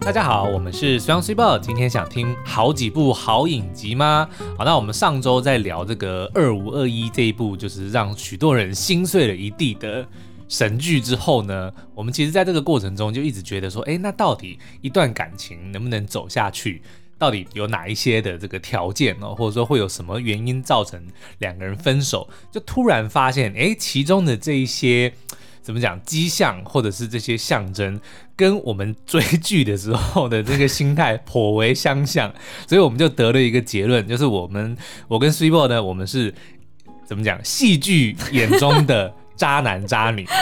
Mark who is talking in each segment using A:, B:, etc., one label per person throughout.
A: 大家好，我们是双 C 报，今天想听好几部好影集吗？好，那我们上周在聊这个二五二一这一部，就是让许多人心碎了一地的。神剧之后呢，我们其实在这个过程中就一直觉得说，诶，那到底一段感情能不能走下去？到底有哪一些的这个条件呢、哦？或者说会有什么原因造成两个人分手？就突然发现，诶，其中的这一些怎么讲迹象，或者是这些象征，跟我们追剧的时候的这个心态颇为相像，所以我们就得了一个结论，就是我们我跟 s u p e 呢，我们是怎么讲戏剧眼中的渣男渣女。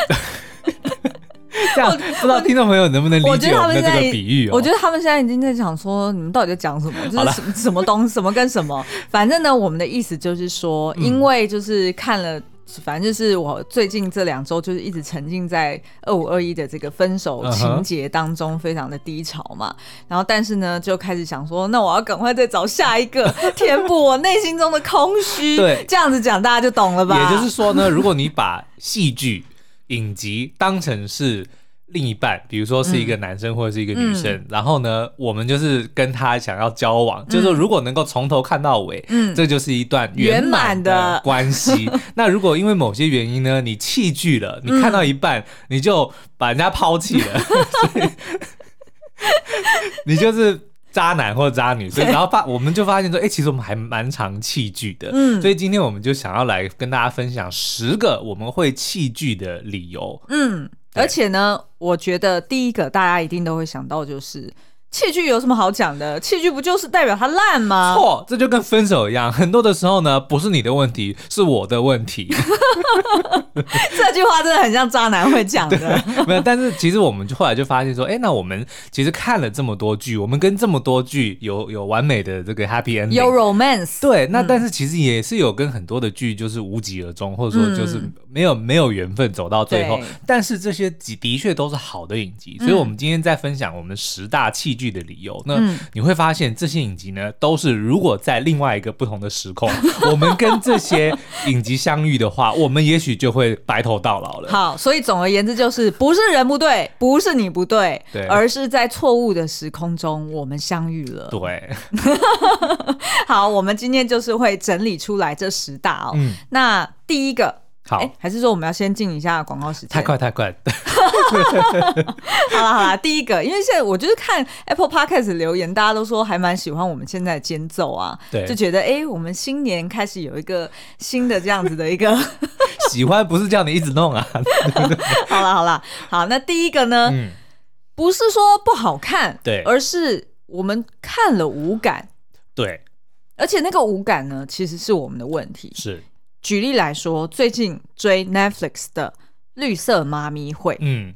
A: 这样不知道听众朋友能不能理
B: 我觉
A: 解
B: 得他
A: 我
B: 们
A: 们的
B: 现
A: 这
B: 在
A: 个比喻哦？
B: 我觉得他们现在已经在想说，你们到底在讲什么？就
A: 好了
B: 是什么什么东什么跟什么？ 反正呢，我们的意思就是说，
A: 嗯
B: 因为就是看了。反正就是我最近这两周就是一直沉浸在二五二一的这个分手
A: 嗯哼
B: 情节当中，非常的低潮嘛。然后但是呢，就开始想说，那我要赶快再找下一 个，填补我内心中的空虚。
A: 对
B: 这样子讲大家就懂了吧？
A: 也就是说呢，如果你把戏剧影集当成是另一半，比如说是一个男生或者是一个女
B: 嗯
A: 生，然后呢，我们就是跟他想要交往，就是说如果能够从头看到尾，
B: 嗯
A: 这就是一段
B: 圆
A: 满
B: 满
A: 的
B: 的
A: 关系。那如果因为某些原因呢，你弃剧了，你看到一半、你就把人家抛弃了， 所以你就是。渣男或渣女，所以然后发我们就发现说，哎、其实我们还蛮常弃剧的，
B: 嗯
A: 所以今天我们就想要来跟大家分享十个我们会弃剧的理由，
B: 嗯，
A: 对
B: 而且呢，我觉得第一个大家一定都会想到就是器具有什么好讲的？器具不就是代表它烂吗？
A: 错，这就跟分手一样，很多的时候呢，不是你的问题，是我的问题。
B: 这句话真的很像渣男会 讲的。
A: 没有，但是其实我们就后来就发现说，哎、那我们其实看了这么多剧，我们跟这么多剧有有完美的这个 happy ending，
B: 有 romance，
A: 对，那但是其实也是有跟很多的剧就是无疾而终，或者说就是没有没有缘分走到最后
B: 嗯对。嗯
A: 但是这些集的确都是好的影集，所以我们今天在分享我们十大弃剧的理由。那
B: 嗯
A: 你会发现这些影集呢，都是如果在另外一个不同的时 空，我们跟这些影集相遇的话，我们也许就会白头到老了。
B: 好，所以总而言之就是，不是人不对，不是你不对，
A: 对
B: 而是在错误的时空中我们相遇了。
A: 对，
B: 好，我们今天就是会整理出来这十大哦。
A: 嗯，
B: 那第一个，
A: 好，
B: 哎，还是说我们要先进一下广告时间？
A: 太快太快，
B: 好啦好啦，第一个，因为现在我就是看 Apple Podcast 留言，大家都说还蛮喜欢我们现在的间奏啊，
A: 对
B: 就觉得哎、诶我们新年开始有一个新的这样子的 一个，
A: 喜欢不是叫你一直弄啊，
B: 好啦好啦，好，那第一个呢，
A: 嗯，
B: 不是说不好看，
A: 对
B: 而是我们看了无感，
A: 对，
B: 而且那个无感呢，其实是我们的问题。
A: 是，
B: 举例来说，最近追 Netflix 的。绿色妈咪会
A: 嗯，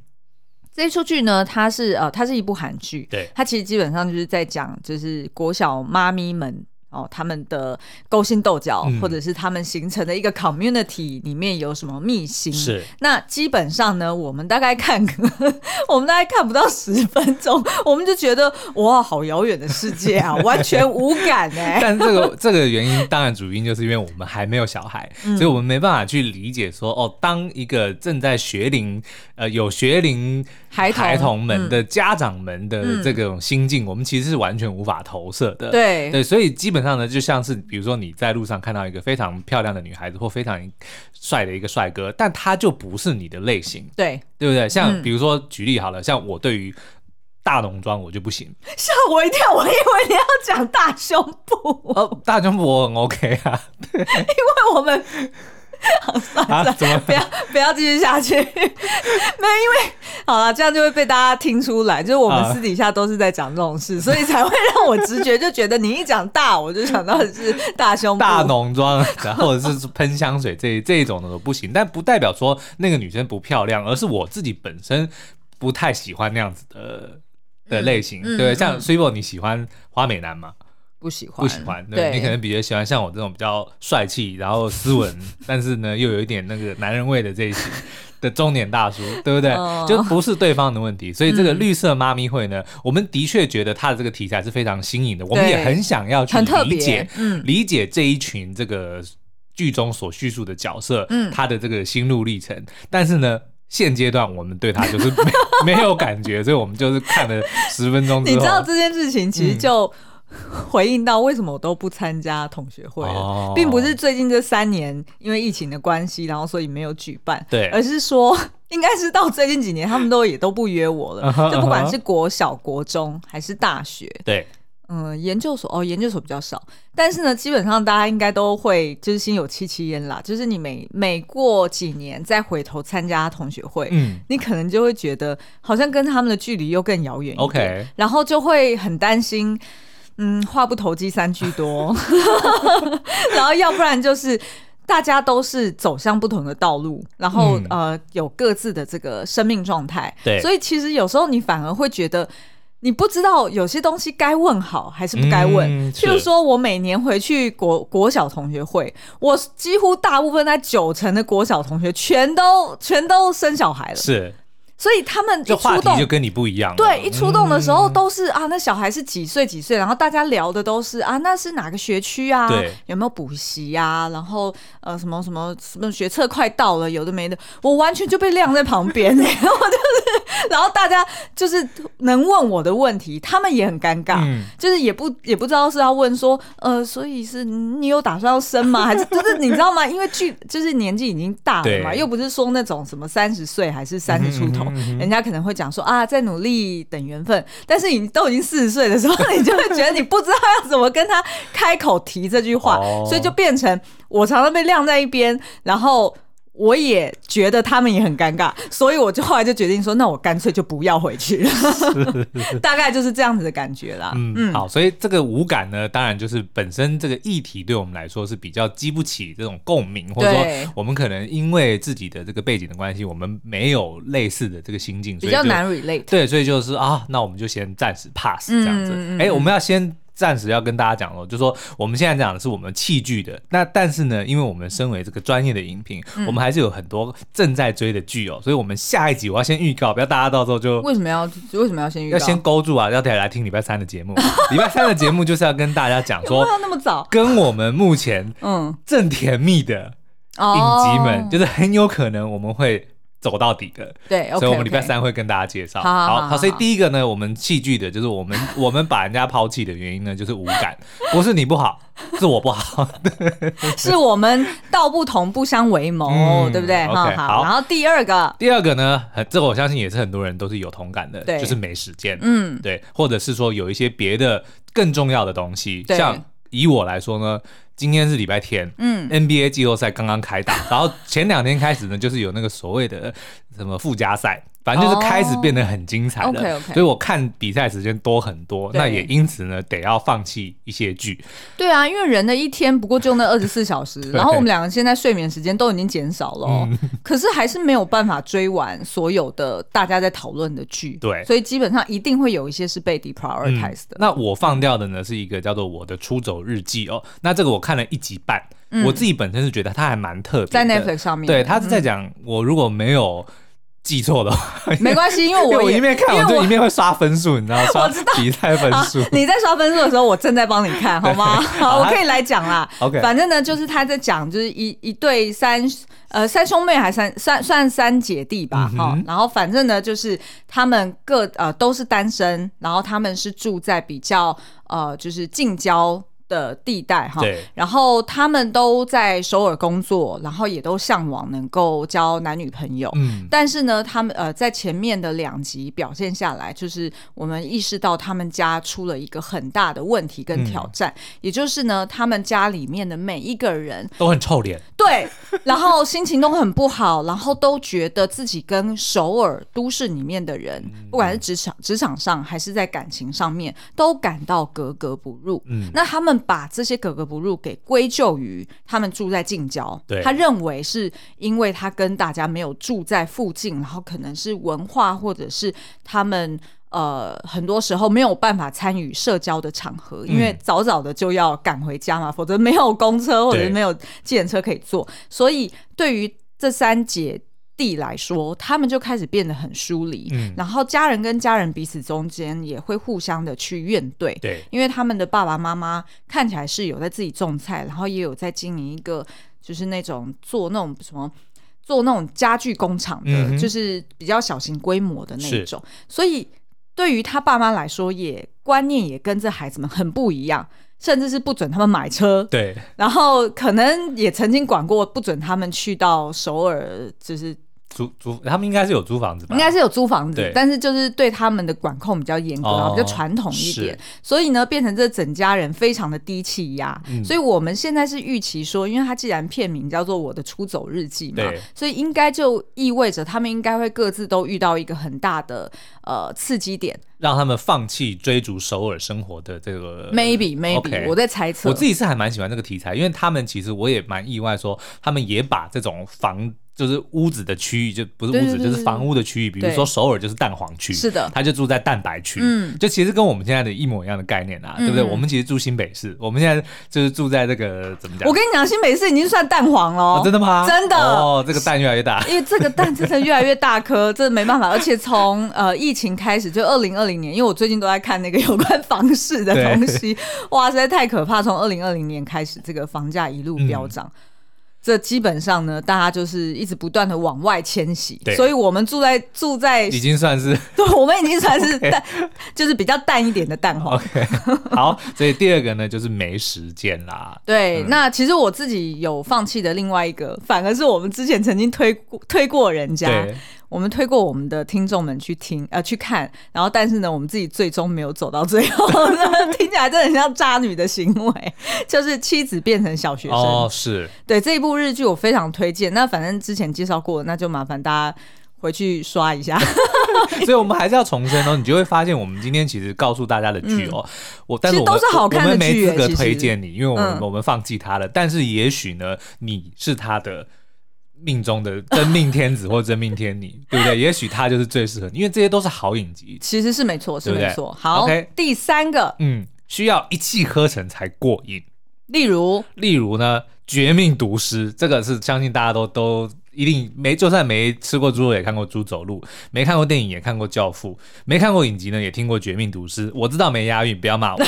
B: 这一出剧呢，它是呃，它是一部韩剧，
A: 对，
B: 它其实基本上就是在讲，就是国小妈咪们哦，他们的勾心斗角，
A: 嗯
B: 或者是他们形成的一个 community 里面有什么秘辛。。
A: 是。
B: 那基本上呢，我们大概看， 我们大概看不到十分钟，我们就觉得哇，好遥远的世界啊，完全无感哎、
A: 但这个这个原因，当然主因就是因为我们还没有小孩，所以我们没办法去理解说，哦，当一个正在学龄，呃，有学龄
B: 孩童
A: 们
B: 嗯
A: 的家长们的这种心境，我们其实是完全无法投射的。
B: 对
A: 嗯对，所以基本上呢，就像是比如说你在路上看到一个非常漂亮的女孩子或非常帅的一个帅哥，但他就不是你的类型，
B: 对，
A: 对不对？像
B: 嗯
A: 比如说举例好了，像我对于大浓妆我就不行，
B: 吓我一跳，我以为你要讲大胸部，
A: 哦，大胸部我很 OK 啊，
B: 因为我们
A: 啊，怎么
B: 不要不要继续下去，没有， 因为好了，这样就会被大家听出来，就是我
A: 啊
B: 们私底下都是在讲这种事，所以才会让我直觉就觉得你一讲大，我就想到的是大胸部
A: 大浓妆，然后或者是喷香水这这一种的都不行，但不代表说那个女生不漂亮，而是我自己本身不太喜欢那样子的的类型。
B: 嗯
A: 对，
B: 嗯
A: 像 s u i b o 你喜欢花美男吗？
B: 不喜欢，
A: 不喜欢，对
B: 对，
A: 你可能比较喜欢像我这种比较帅气，然后斯 文，但是呢又有一点那个男人味的这一型。的中年大叔，对不对？
B: 哦
A: 就不是对方的问题，所以这个
B: 嗯
A: 绿色妈咪会呢，我们的确觉得它的这个题材是非常新颖的，我们也
B: 对
A: 很想要去
B: 很特
A: 理
B: 别
A: 解，
B: 嗯
A: 理解这一群这个剧中所叙述的角色，
B: 嗯
A: 他的这个心路历程。但是呢，现阶段我们对他就是 没没有感觉，所以我们就是看了十分钟之
B: 你
A: 后，
B: 知道这件事情其实就
A: 嗯
B: 回应到为什么我都不参加同学会了，
A: 哦
B: 并不是最近这三年因为疫情的关系，然后所以没有举办，
A: 对
B: 而是说。 应该是到最近几年，他们都也都不约我
A: 嗯
B: 了
A: 哼。
B: 就不
A: 嗯
B: 管
A: 哼
B: 是国小、国中还是大学，
A: 对
B: 嗯，研究所哦，研究所比较少，但是呢，基本上大家应该都会就是心有戚戚焉啦。就是你每每过几年再回头参加同学会，
A: 嗯
B: 你可能就会觉得好像跟他们的距离又更遥远一点
A: OK
B: 然后就会很担心。嗯，话不投机三句多， 然后要不然就是大家都是走向不同的道路，然后、
A: 嗯
B: 呃有各自的这个生命状态，
A: 对
B: 所以其实有时候你反而会觉得。你不知道有些东西该问好还是不该问，
A: 嗯
B: 譬如
A: 是
B: 说我每年回去国国小同学会，我几乎大部分在九成的国小同学全都全都生小孩了，
A: 是，
B: 所以他呃们一
A: 就话
B: 出
A: 题
B: 动
A: 就跟你不一样了，嗯
B: 对，一出动的时候都是、啊，那小孩是几岁几岁，然后大家聊的都是啊，那是哪个学区啊
A: 对，
B: 有没有补习啊，然后呃什么什么什么学测快到了，有的没的，我完全就被晾在旁边、 欸，我就是，然后大家就是能问我的问题，他们也很尴尬。
A: 嗯
B: 就是也不也不知道是要问说，呃，所以是你有打算要生吗？还是 就是你知道吗？因为距就是年纪已经大了嘛，
A: 对
B: 又不是说那种什么三十岁还是三十出头，
A: 嗯哼嗯哼嗯哼
B: 人家可能会讲说啊，在努力等缘分。但是你都已经四十岁的时候，你就会觉得你不知道要怎么跟他开口提这句话，
A: 哦
B: 所以就变成我常常被晾在一边，然后。我也觉得他们也很尴尬，所以我就后来就决定说，那我干脆就不要回去了， 大概就是这样子的感觉啦。
A: 嗯，好，所以这个无感呢，当然就是本身这个议题对我们来说是比较激不起这种共鸣，或者
B: 对
A: 说我们可能因为自己的这个背景的关系，我们没有类似的这个心境，所
B: 比
A: 以
B: 较
A: 就
B: 难 relate。
A: 对，所以就是啊，那我们就先暂时 pass 这样子。哎、
B: 嗯嗯嗯
A: 我们要先暂时要跟大家讲哦，就说我们现在讲的是我们器具的，那但是呢，因为我们身为这个专业的影评，
B: 嗯
A: 我们还是有很多正在追的剧哦，所以我们下一集我要先预告，不要大家到时候就。
B: 为什么要为什么要先预告？
A: 要先勾住啊！要得来听礼拜三的节目， 礼拜三的节目就是要跟大家讲
B: 不
A: 说，
B: 要那么早？
A: 跟我们目前
B: 嗯，
A: 正甜蜜的
B: 哦
A: 影集们，就是很有可能我们会走到底的。
B: 对，OK，
A: 所以我们礼拜
B: OK
A: 三会跟大家介绍。
B: 好好好好
A: 所以第一个呢，我们弃剧的就是我们 我们把人家抛弃的原因呢，就是无感，不是你不好， 是我不好。
B: 是我们道不同不相为谋，
A: 嗯
B: 对不对？哈
A: OK，好
B: 然后第二个，
A: 第二个呢，很这个我相信也是很多人都是有同感的，
B: 对
A: 就是没时间，
B: 嗯，
A: 对，或者是说有一些别的更重要的东西，
B: 对
A: 像以我来说呢，今天是礼拜天，
B: 嗯
A: NBA 季后赛刚刚开 打，然后前两天开始呢，就是有那个所谓的什么附加赛，反正就是开始变得很精彩了。
B: 哦，OK，OK
A: 所以我看比赛时间多很多，
B: 对
A: 那也因此呢，得要放弃一些剧。
B: 对啊，因为人的一天不过就那二十四小时，然后我们两个现在睡眠时间都已经减少了哦，
A: 嗯
B: 可是还是没有办法追完所有的大家在讨论的剧，
A: 对
B: 所以基本上一定会有一些是被
A: 嗯
B: deprioritize 的。
A: 那我放掉的呢是一个叫做《我的出走日记》哦，那这个我看了一集半，我自己本身是觉得它还蛮特别的，
B: 嗯在 Netflix 上面，嗯
A: 对，它是在讲我如果没有记错的话，
B: 没关系，因为
A: 因为
B: 我
A: 我
B: 也
A: 一面看
B: 因为
A: 我就
B: 我
A: 一面会刷分数，你知道 吗？刷比赛分
B: 好
A: 数。
B: 你在刷分数的时候，我正在帮你看，好吗？好，我可以来讲啦。
A: OK
B: 反正呢，就是他在讲，就是一一对三呃三兄妹还三算算三姐弟吧，
A: 嗯
B: 哈、
A: 哼
B: 然后反正呢，就是他们各呃都是单身，然后他们是住在比较呃就是近郊。的地带哈
A: 对，
B: 然后他们都在首尔工作，然后也都向往能够交男女朋友。
A: 嗯，
B: 但是呢，他们呃在前面的两集表现下来，就是我们意识到他们家出了一个很大的问题跟挑战，也就是呢，他们家里面的每一个人
A: 都很臭脸。
B: 对，然后心情都很不好，然后都觉得自己跟首尔都市里面的人，
A: 嗯
B: 不管是职场职场上还是在感情上面，都感到格格不入。
A: 嗯
B: 那他们把这些格格不入给归咎于他们住在近郊，
A: 对
B: 他认为是因为他跟大家没有住在附近，然后可能是文化或者是他们。呃，很多时候没有办法参与社交的场合，因为
A: 嗯
B: 早早的就要赶回家嘛，否则没有公车或者
A: 对
B: 是没有计程车可以坐。所以对于这三姐弟来说，他们就开始变得很疏离，
A: 嗯
B: 然后家人跟家人彼此中间也会互相的去怨怼，
A: 对，
B: 因为他们的爸爸妈妈看起来是有在自己种菜，然后也有在经营一个就是那种做那种什么。做那种家具工厂的，
A: 嗯哼
B: 就是比较小型规模的那一
A: 是
B: 种，所以对于他爸妈来说也，观念也跟这孩子们很不一样，甚至是不准他们买车，
A: 对，
B: 然后可能也曾经管过，不准他们去到首尔，就是
A: 租租他们应该是有租房子吧？
B: 应该是有租房子
A: 对，
B: 但是就是对他们的管控比较严格，
A: 哦
B: 然后比较传统一点，所以呢，变成这整家人非常的低气压。
A: 嗯
B: 所以我们现在是预期说，因为他既然片名叫做《我的出走日记》嘛
A: 对，
B: 所以应该就意味着他们应该会各自都遇到一个很大的呃刺激点
A: 让他们放弃追逐首尔生活的这个
B: ，maybe
A: 呃 OK
B: maybe，我在猜测。
A: 我自己是还蛮喜欢这个题材，因为他们其实我也蛮意外说，他们也把这种房就是屋子的区域，就不是
B: 对
A: 屋
B: 对
A: 子，
B: 对
A: 就是
B: 对
A: 房屋的区域，比如
B: 对
A: 说首尔就是蛋黄区，
B: 是的
A: 他就住在蛋白区，
B: 嗯
A: 就其实跟我们现在的一模一样的概念啊，对不对？
B: 嗯嗯
A: 我们其实住新北市，我们现在就是住在这个怎么讲？
B: 我跟你讲，新北市已经算蛋黄了哦、
A: 哦真的吗？
B: 真的
A: 哦，这个蛋越来越大，
B: 因为这个蛋真的越来越大颗， 这 没办法。而且从呃疫情开始，就二零二零年，因为我最近都在看那个有关房市的东西，哇，实在太可怕。从二零二零年开始，这个房价一路飙涨。
A: 嗯
B: 这基本上呢，大家就是一直不断的往外迁徙
A: 对，
B: 所以我们住在住在
A: 已，经算是
B: 对， 我们已经 算是淡，就是比较淡一点的蛋黄。
A: OK 好。所以第二个呢，就是没时间啦。
B: 对，那其实我自己有放弃的另外一个，反而是我们之前曾经推过推过人家，
A: 对，
B: 我们推过我们的听众们去听呃去看，然后但是呢，我们自己最终没有走到最后， 听起来真的很像渣女的行为， 就是妻子变成小学生。
A: 哦，是
B: 对这一部日剧我非常推荐，那反正之前介绍过的，那就麻烦大家回去刷一下。
A: 所以我们还是要重申哦，你就会发现我们今天其实告诉大家的剧哦，我但是我们
B: 嗯其实都是好看的
A: 我们没
B: 剧
A: 资
B: 耶
A: 格
B: 其实
A: 推荐你，因为我们、
B: 嗯
A: 我们放弃它了。但是也许呢，你是他的。命中的真命天子或真命天女， 对不对？也许他就是最适合你，因为这些都是好影集，
B: 其实是没错，是
A: 对不对
B: 没错。好
A: OK
B: 第三个，
A: 嗯，需要一气呵成才过瘾。
B: 例如
A: 例如呢，《绝命毒师》这个是相信大家都都一定没，就算没吃过猪肉也看过猪走路，没看过电影也看过《教父》，没看过影集呢也听过《绝命毒师》。我知道没押韵，不要骂我。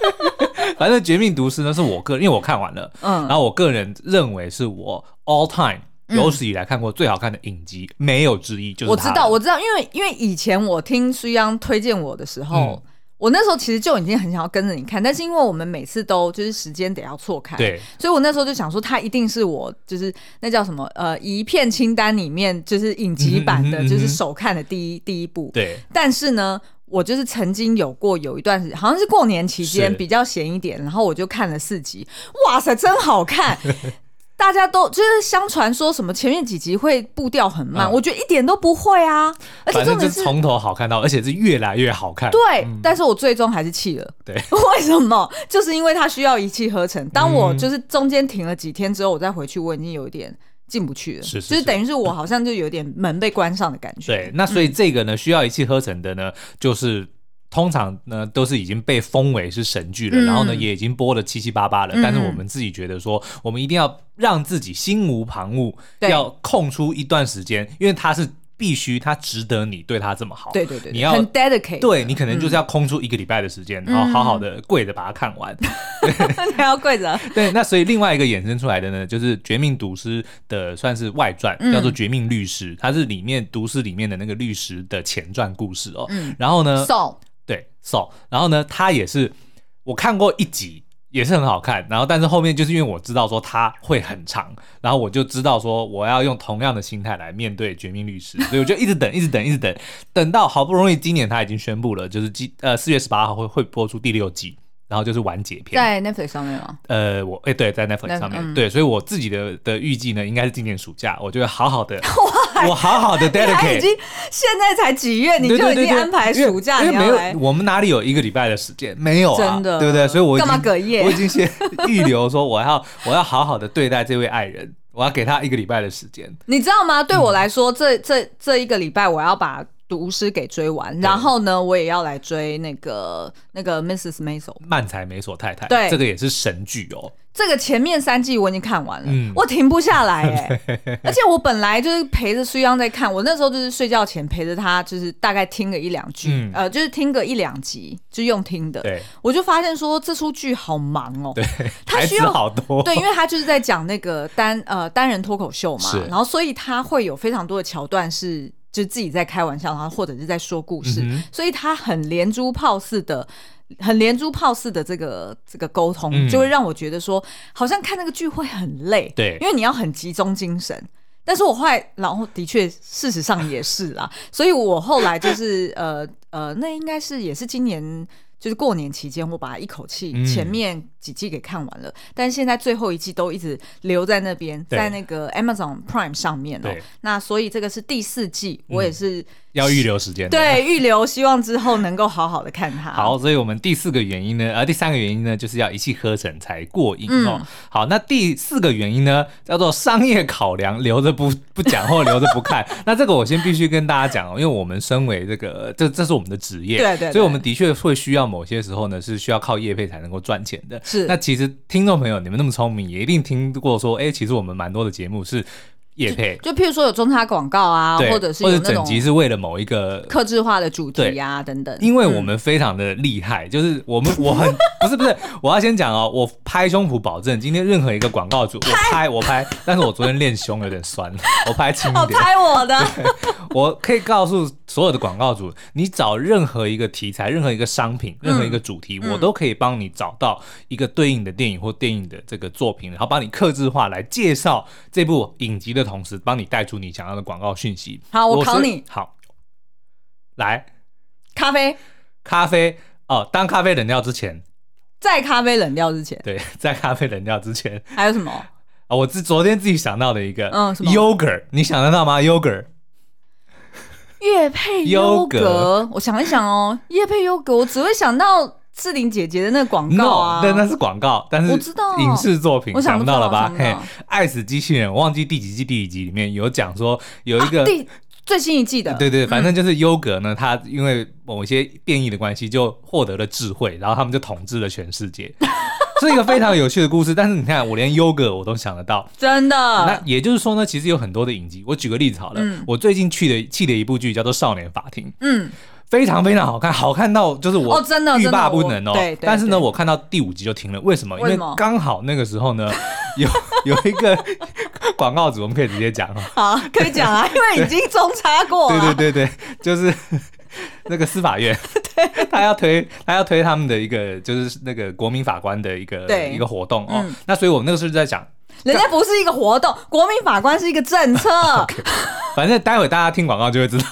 A: 反正《绝命毒师》呢是我个人，因为我看完了，
B: 嗯
A: 然后我个人认为是我 all time 有史以来看过最好看的影集，没有之一，就是
B: 我
A: 它
B: 知道，我知道，因为因为以前我听苏央推荐我的时
A: 嗯
B: 候。我那时候其实就已经很想要跟着你看，但是因为我们每次都就是时间得要错开，
A: 对
B: 所以我那时候就想说，它一定是我就是那叫什么呃一片清单里面就是影集版
A: 嗯
B: 的，
A: 哼嗯哼
B: 就是首看的第一第一部。
A: 对，
B: 但是呢，我就是曾经有过有一段时好像是过年期间
A: 是
B: 比较闲一点，然后我就看了四集，哇塞，真好 看！大家都就是相传说什么前面几集会步调很慢，
A: 嗯
B: 我觉得一点都不会啊，而且
A: 反
B: 重
A: 正就
B: 点是
A: 是从头好看到，而且是越来越好看。
B: 对，但是我最终还是弃了。
A: 嗯对
B: 为什么？就是因为它需要一气呵成。当我
A: 嗯
B: 就是中间停了几天之后，我再回去，我已经有一点进不去了，
A: 是是嗯
B: 就是
A: 是
B: 等于是我好像就有点门被关上的感觉。
A: 对，那所以这个呢，需要一气呵成的呢，就是。通常呢都是已经被封为是神剧了，
B: 嗯
A: 然后呢也已经播了七七八八了，
B: 嗯
A: 但是我们自己觉得说，我们一定要让自己心无旁骛，
B: 对
A: 要空出一段时间，因为它是必须，它值得你对它这么好。
B: 对对对，
A: 你要
B: 很嗯 dedicate，
A: 对你可能就是要空出一个礼拜的时间，然后好好的跪着把它看完。
B: 你要跪 着。
A: 对，那所以另外一个衍生出来的呢，就是《绝命毒师》的算是外传，叫做《绝命律师》，它是里面毒师里面的那个律师的前传故事哦。然后呢，
B: 送
A: 对 Soul，然后呢，它也是我看过一集，也是很好看。然后但是后面就是因为我知道说它会很长，然后我就知道说我要用同样的心态来面对《绝命律师》，所以我就一直等，一直等，一直等，等到好不容易今年它已经宣布了，就是今呃四月十八号会会播出第六季。然后就是完结篇，
B: 在 Netflix 上面吗？
A: 呃，我哎、对，在 Netflix
B: Net-
A: 上面，
B: 嗯
A: 对，所以我自己的的预计呢，应该是今年暑假，我就会好好 的，我好好的
B: 你还已
A: dedicate。
B: 经现在才几月，你
A: 对
B: 就
A: 对
B: 已
A: 对
B: 经
A: 对，
B: 安排
A: 因为
B: 暑假，
A: 因为
B: 你
A: 没
B: 要来
A: 有，啊我们哪里有一个礼拜的时间？没有啊，
B: 真的
A: 对不对？所以我已
B: 干嘛
A: 经
B: 哽 咽
A: 我已经先预留说，我要 我要好好的对待这位爱人，我要给他一个礼拜的时间。
B: 你知道吗？对我来说，
A: 嗯
B: 这这这一个礼拜我要把毒师给追完，然后呢，我也要来追那个那个 Mrs. Maisel。
A: 漫才美索太太，
B: 对
A: 这个也是神剧哦，
B: 这个前面三季我已经看完了，
A: 嗯
B: 我停不下来哎、 而且我本来就是陪着苏央在看，我那时候就是睡觉前陪着他，就是大概听个一两句，
A: 嗯
B: 呃，就是听个一两集，就用听的，
A: 对，
B: 我就发现说这出剧好忙哦，他
A: 台词
B: 需要
A: 好多，
B: 对，因为他就是在讲那个单呃单人脱口秀嘛
A: 是，
B: 然后所以他会有非常多的桥段是就自己在开玩笑，然后或者是在说故事，
A: 嗯哼
B: 所以他很连珠炮似的。很连珠炮似的这个这个沟通，
A: 嗯
B: 就会让我觉得说，好像看那个剧会很累，
A: 对
B: 因为你要很集中精神。但是我后来，然后的确，事实上也是 啦，所以我后来就是呃呃，那应该是也是今年就是过年期间，我把它一口气
A: 嗯
B: 前面几季给看完了，但是现在最后一季都一直留在那边，
A: 对
B: 在那个 Amazon Prime 上面哦
A: 对。嗯
B: 那所以这个是第四季，我也是、
A: 要预留时间。。
B: 对预留，希望之后能够好好的看它。
A: 好，，所以我们第四个原因呢，呃，第三个原因呢，就是要一气呵成才过瘾
B: 嗯
A: 哦。好，那第四个原因呢，叫做商业考量，留着不 不讲或留着不看。 那这个我先必须跟大家讲哦，因为我们身为这个，这这是我们的职业，
B: 对对对
A: 所以我们的确会需要某些时候呢，是需要靠业配才能够赚钱的。
B: 是
A: 那其实听众朋友，你们那么聪明，也一定听过说，哎、其实我们蛮多的节目是业配。
B: 就譬如说有中插广告啊，
A: 对，
B: 或
A: 或
B: 者是有那
A: 整
B: 种
A: 集是为了某一个
B: 克制化的主
A: 对
B: 题啊等等。
A: 因为我们非常的厉害，就是我们我很不是不是，我要先讲哦，我拍胸脯保证，今天任何一个广告主，我拍我拍，但是我昨天练胸有点酸，我拍轻一
B: 哦，
A: 点。
B: 拍我的，
A: 我可以告诉所有的广告主，你找任何一个题材、任何一个商品、任何一
B: 嗯
A: 个主题，我都可以帮你找到一个对应的电影或电影的这个作品，然后帮你克制化来介绍这部影集的同时，帮你带出你想要的广告讯息。
B: 好我考
A: 是
B: 你
A: 好，来。
B: 咖啡
A: 咖啡哦，当咖啡冷掉之前，
B: 在咖啡冷掉之前
A: 对， 在咖啡冷掉之前
B: 还有什么？
A: 啊、我自昨天自己想到的一个，
B: 嗯什么
A: y o g u r t 你想得到吗？yogurt，
B: 叶配
A: 优
B: 优
A: 格
B: 格，我想一想哦，叶配优格，我只会想到志玲姐姐的那个广告
A: no，
B: 啊。
A: 但那是广告，但是
B: 我知道
A: 影视作品
B: 我想
A: 想
B: 不
A: 不到了
B: 到
A: 吧
B: 想？不
A: 嘿
B: 到，
A: 爱死机器人，我忘记第几季第几集里面有讲说有一个、
B: 啊嗯第最新一季的，
A: 对对，反正就是优格呢，它因为某一些变异的关系，就获得了智慧，然后他们就统治了全世界， 是一个非常有趣的故事。但是你看，我连优格我都想得到，
B: 真
A: 那
B: 的
A: 也就是说呢，其实有很多的影集。我举个例子好了，
B: 嗯
A: 我最近去的去的一部剧叫做《少年法庭》，
B: 嗯，
A: 非常非常好看，好看到就是我
B: 哦真的
A: 欲罢
B: 真的我
A: 不能哦。
B: 对对
A: 但是呢，
B: 对
A: 我看到第五集就停了，为什么？因
B: 为
A: 为
B: 什么
A: 刚好那个时候 呢，有有一个广告主，我们可以直接讲哦。
B: 好可 以讲啊，因为已经中插过
A: 对
B: 了。
A: 对对对，就是 那个司法院，他要推他要推他们的一个就是那个国民法官的一个
B: 对
A: 一个活动哦。
B: 嗯
A: 那所以我那个时候就在讲，
B: 人家不是一个活动，国民法官是一个 政
A: 啊
B: 策。
A: 反正待会大家听广告就会知道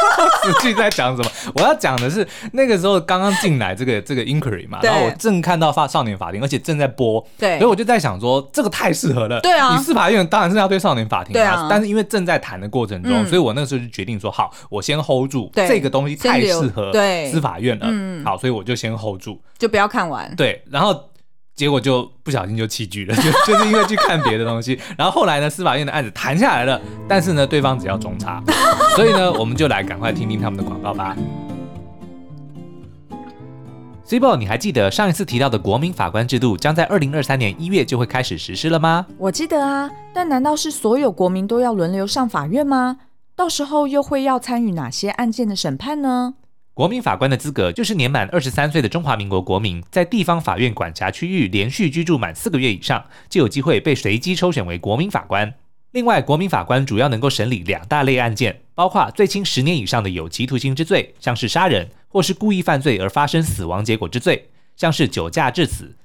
A: 实际在讲什么。我要讲的是那个时候刚刚进来这个这个 inquiry 嘛，
B: 对
A: 然后我正看到发少年法庭，而且正在播，
B: 对
A: 所以我就在想说这个太适合了。
B: 对啊
A: 你司法院当然是要对少年法庭
B: 对啊
A: 但是因为正在谈的过程中，
B: 嗯
A: 所以我那个时候就决定说，好，我先 hold 住
B: 对
A: 这个东西太
B: 先留
A: 适合
B: 对
A: 司法院了，
B: 嗯
A: 好，所以我就先 hold 住。
B: 就不要看完。
A: 对，然后结果就不小心就弃剧了， 就就是因为去看别的东西。 然后后来呢，司法院的案子谈下来了，但是呢，对方只要中差， 所以呢，我们就来赶快听听他们的广告吧。c i b o 你还记得上一次提到的国民法官制度将在二零二三年一月就会开始实施了吗？
B: 我记得啊，但难道是所有国民都要轮流上法院吗？到时候又会要参与哪些案件的审判呢？
A: 国民法官的资格就是年满二十三岁的中华民国国民，在地方法院管辖区域连续居住满四个月以上，就有机会被随机抽选为国民法官。另外，国民法官主要能够审理两大类案件，包括最轻十年以上的有期徒刑之罪，像是杀人或是故意犯罪而发生死亡结果之罪，像是酒驾致死。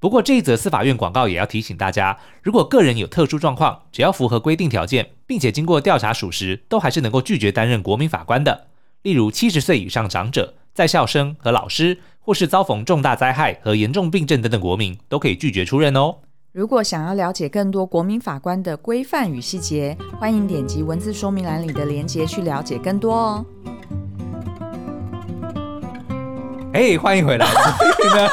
A: 不过，这一则司法院广告也要提醒大家，如果个人有特殊状况，只要符合规定条件，并且经过调查属实，都还是能够拒绝担任国民法官的。例如七十岁以上长者、在校生和老师，或是遭逢重大灾害和严重病症等等国民，都可以拒绝出任哦。
B: 如果想要了解更多国民法官的规范与细节，欢迎点击文字说明栏里的连结去了解更多哦。
A: 哎、欢迎回 来！所以呢，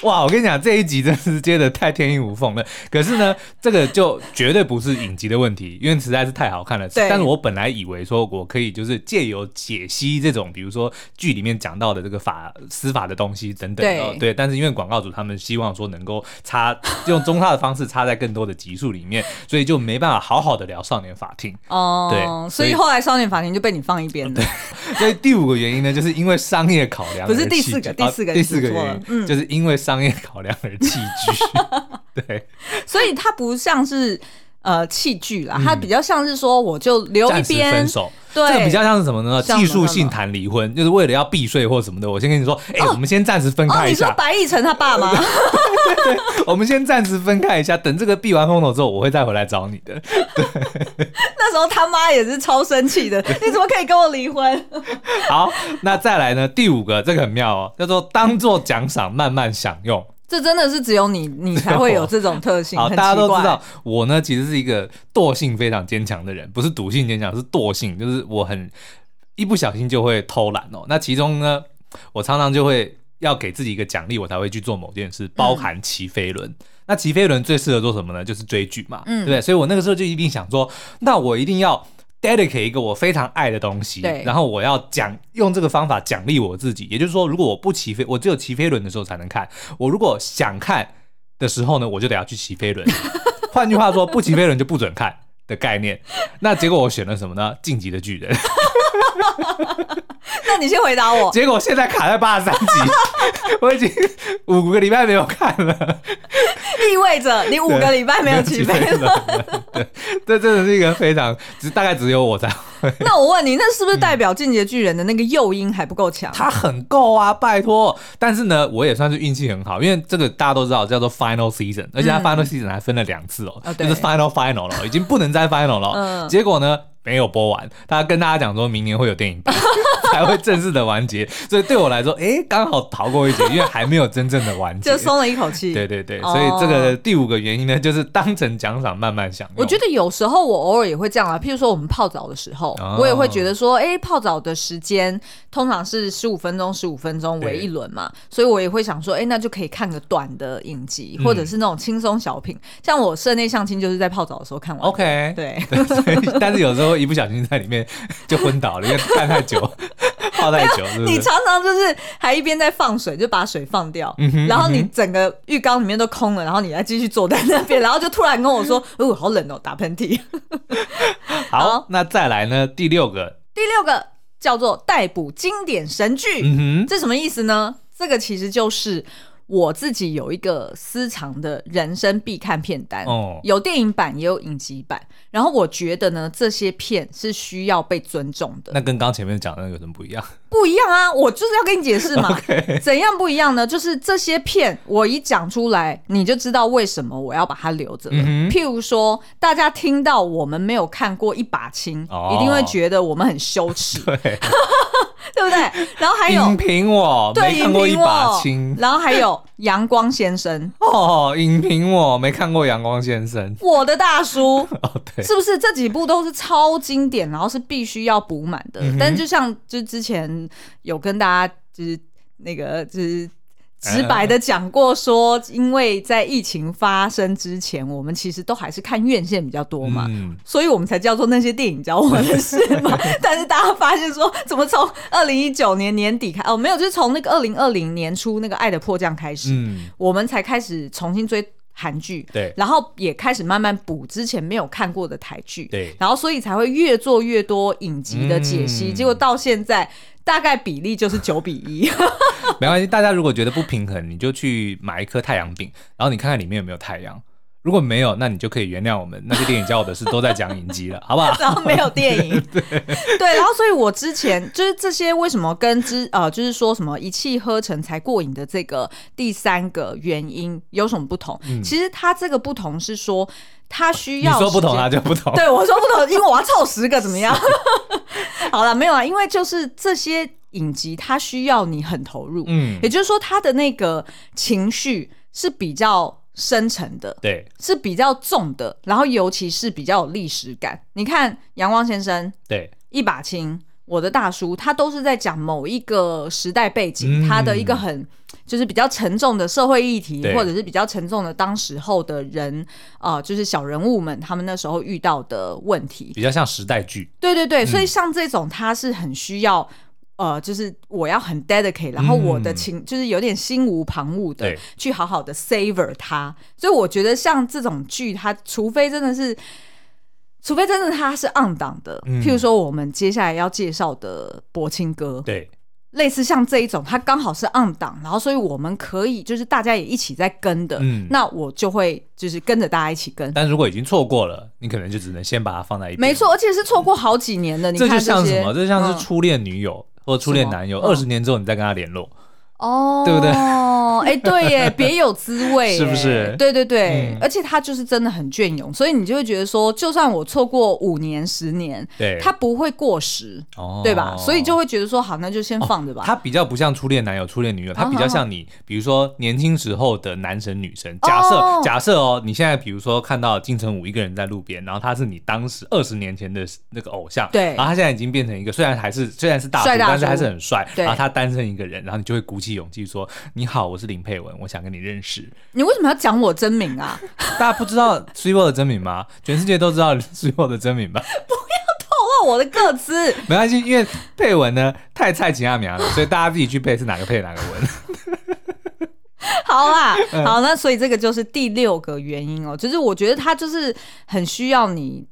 A: 哇，我跟你讲，这一集真是接的太天衣无缝了。可是呢，这个就绝对不是影集的问题，因为实在是太好看了。
B: 对
A: 但是我本来以为说我可以就是借由解析这种，比如说剧里面讲到的这个法司法的东西等等
B: 对
A: 的，哦对。但是因为广告主他们希望说能够插用中插的方式插在更多的集数里面，所以就没办法好好的聊少年法庭。
B: 哦、
A: 对
B: 所
A: 所
B: 以
A: 以
B: 后来少年法庭就被你放一边了。
A: 所以第五个原因呢，就是因为商业考量而
B: 不是
A: 弃
B: 第四个
A: 剧
B: 第四个
A: 啊第四个
B: 你说错
A: 原
B: 了嗯
A: 因，就是因为商业考量而弃剧。 对，
B: 所以它不像是呃器具啦，它比较像是说我就留一
A: 嗯暂时
B: 边
A: 分，手。
B: 对
A: 这个比较像是什么呢？
B: 像
A: 技术性
B: 什么
A: 谈离婚，就是为了要避税或什么的。我先跟你说，哎，我们先暂时分
B: 哦，
A: 开一
B: 你说
A: 下，
B: 白亦晨他爸 吗？
A: 我们先暂时分开一下，等这个避完风头之后，我会再回来找你的。
B: 那时候他妈也是超生气 的，你怎么可以跟我离婚？
A: 好，那再来呢？第五个，这个很妙哦，叫做当做奖赏，慢慢享用。
B: 这真的是只有你你才会有这种特 性，
A: 好，
B: 很奇
A: 大家都知
B: 怪
A: 道，我呢其实是一个惰性非常坚强的人，不是赌性坚强，是惰性，就是我很一不小心就会偷懒哦。那其中呢，我常常就会要给自己一个奖励，我才会去做某件事，包
B: 嗯
A: 含骑飞轮。那骑飞轮最适合做什么呢？就是追剧嘛，
B: 嗯
A: 对不对？所以我那个时候就一定想说，那我一定要 dedicate 一个我非常爱的东西，
B: 对
A: 然后我要奖用这个方法奖励我自己。也就是说，如果我不骑飞，我只有骑飞轮的时候才能看。我如果想看的时候呢，我就得要去骑飞 轮。换句话说，不骑飞轮就不准看的概念。那结果我选了什么呢？晋级的巨人。
B: 那你先回答 我，
A: 结果现在卡在八十三集，我已经五个礼拜没有看了，
B: 意味着你五个礼拜没有起飞了。
A: 了。 对，这真的是一个非常，只大概只有我才
B: 那我问你，那是不是代表进击的巨人的那个诱因还不够强？
A: 它很够啊，拜托。但是呢，我也算是运气很好，因为这个大家都知道叫做 final season，而且它 final season 还分了两次嗯哦，
B: 啊对
A: 就是 final final 了，已经不能再 final 了。哦
B: 嗯
A: 结果呢，没有播完，他跟大家讲说明年会有电影版 才会正式的完结，所以对我来说，诶，刚好逃过一劫，因为还没有真正的完结
B: 就。松了一口气。
A: 对对对，
B: 哦
A: 所以这个第五个原因呢，就是当成奖赏慢慢享用。
B: 我觉得有时候我偶尔也会这样啊，譬如说我们泡澡的时候，
A: 哦
B: 我也会觉得说，哎、泡澡的时间通常是十五分钟、十五分钟为
A: 对
B: 一轮嘛，所以我也会想说，哎、那就可以看个短的影集，
A: 嗯
B: 或者是那种轻松小品。像我室内相亲就是在泡澡的时候看完的。
A: OK，
B: 对，
A: 所以 但是有时候一不小心在里面就昏倒了，因为看太 久，泡太久，是不
B: 你
A: 是？
B: 常常就是还一边在放水，就把水放掉，
A: 哼
B: 然后你整个浴缸里面都空了，然后你还继续坐在那 边，然后就突然跟我说：“哦，好冷哦，打喷嚏。好
A: 好，那再来呢？第六个，”
B: 第六个叫做逮捕经典神剧，
A: 嗯哼，
B: 这什么意思呢？这个其实就是我自己有一个私藏的人生必看片单，
A: 哦
B: 有电影版也有影集版。然后我觉得呢，这些片是需要被尊重的
A: 那，跟刚前面讲的那个有什么不一样？
B: 不一样啊！我就是要跟你解释嘛。
A: OK
B: 怎样不一样呢？就是这些片，我一讲出来，你就知道为什么我要把它留着了。
A: 嗯哼
B: 譬如说，大家听到我们没有看过《一把青》
A: 哦
B: 一定会觉得我们很羞 耻，
A: 对，
B: 对不对？然后还有
A: 影评我
B: 哎对，
A: 没看过
B: 荧
A: 一
B: 屏我
A: 把青
B: 然后还有阳光先生，
A: 哦，影评我没看过阳光先生
B: 我的大叔，
A: 哦，对，
B: 是不是这几部都是超经典，然后是必须要补满的？
A: 嗯哼
B: 但就像就之前有跟大家就是那个就是。直白的讲过说，因为在疫情发生之前，我们其实都还是看院线比较多嘛，
A: 嗯，
B: 所以我们才叫做那些电影教我们的事嘛。 但是大家发现说，怎么从二零一九年年底开哦，没有，就是从那个二零二零年初那个《爱的迫降》开始，
A: 嗯，
B: 我们才开始重新追韩剧，
A: 对
B: 然后也开始慢慢补之前没有看过的台剧，
A: 对
B: 然后所以才会越做越多影集的解析，
A: 嗯
B: 结果到现在大概比例就是九比 一，
A: 没关系。大家如果觉得不平衡，你就去买一颗太阳饼，然后你看看里面有没有太阳。如果没有，那你就可以原谅我们。那些电影教我的是都在讲影集了，好不好？
B: 然后没有电 影， 对然后所以我之前就是这些为什么跟之呃，就是说什么一气呵成才过瘾的这个第三个原因有什么不同？其实它这个不同是说它需
A: 嗯你
B: 要
A: 说不同
B: 时间
A: 啊，就不同。
B: 对，我说不懂，因为我要凑十个，怎么样？ 好了，没有啊，因为就是这些影集，它需要你很投入，
A: 嗯
B: 也，就是说，它的那个情绪是比较深沉的，
A: 对
B: 是比较重的，然后尤其是比较有历史感。你看《阳光先生》《
A: 对，
B: 一把青》《我的大叔，他都是在讲某一个时代背景，
A: 嗯
B: 他的一个很就是比较沉重的社会议题，
A: 对
B: 或者是比较沉重的当时候的人，呃，就是小人物们他们那时候遇到的问题。
A: 比较像时代剧，
B: 对对对，
A: 嗯
B: 所以像这种他是很需要。呃，就是我要很 dedicate，然后我的情、就是有点心无旁骛的
A: 嗯对
B: 去好好的 savor 它，所以我觉得像这种剧，它除非真的是，除非真的它是 on 档的，
A: 嗯
B: 譬如说我们接下来要介绍的《柏青哥》，
A: 对，
B: 类似像这一种，它刚好是 on 档，然后所以我们可以就是大家也一起在跟的，
A: 嗯
B: 那我就会就是跟着大家一起跟，
A: 但如果已经错过了，你可能就只能先把它放在一边。
B: 没，错，而且是错过好几年的，你
A: 这
B: 看
A: 就像
B: 些
A: 什么？这就像
B: 嗯
A: 是初恋女友或初恋男友，
B: 什么嗯
A: 二十年之后你再跟他联络，
B: 哦，
A: 对不对
B: 哦，哎，对 耶，别有滋味耶，
A: 是不是
B: 对对对，
A: 嗯
B: 而且他就是真的很隽永，所以你就会觉得说，就算我错过五年、十年，
A: 对，
B: 他不会过时，
A: 哦
B: 对吧？所以就会觉得说，好，那就先放着吧。嗯
A: 他比较不像初恋男友、初恋女友，他比较像你，比如说年轻时候的男神女神。假设、
B: 哦
A: 假设哦，你现在比如说看到金城武一个人在路边，然后他是你当时二十年前的那个偶像，
B: 对
A: 然后他现在已经变成一个虽然还是虽然是大叔，
B: 帅大叔
A: 但是还是很帅，
B: 对
A: 然后他单身一个人，然后你就会鼓起勇气说：“你好，我是林佩文，我想跟你认识。
B: 你为什么要讲我真 名啊？”
A: 大家不知道 s u p e 的真名吗？ 全世界都知道 s u p e 的真名吧？
B: 透哦露我的个资，
A: 没关系，因为佩文呢太蔡琴阿苗了，所以大家自己去配是哪个配哪个文。
B: 好啦，
A: 嗯
B: 好，那所以这个就是第六个原因哦，就是我觉得他就是很需要你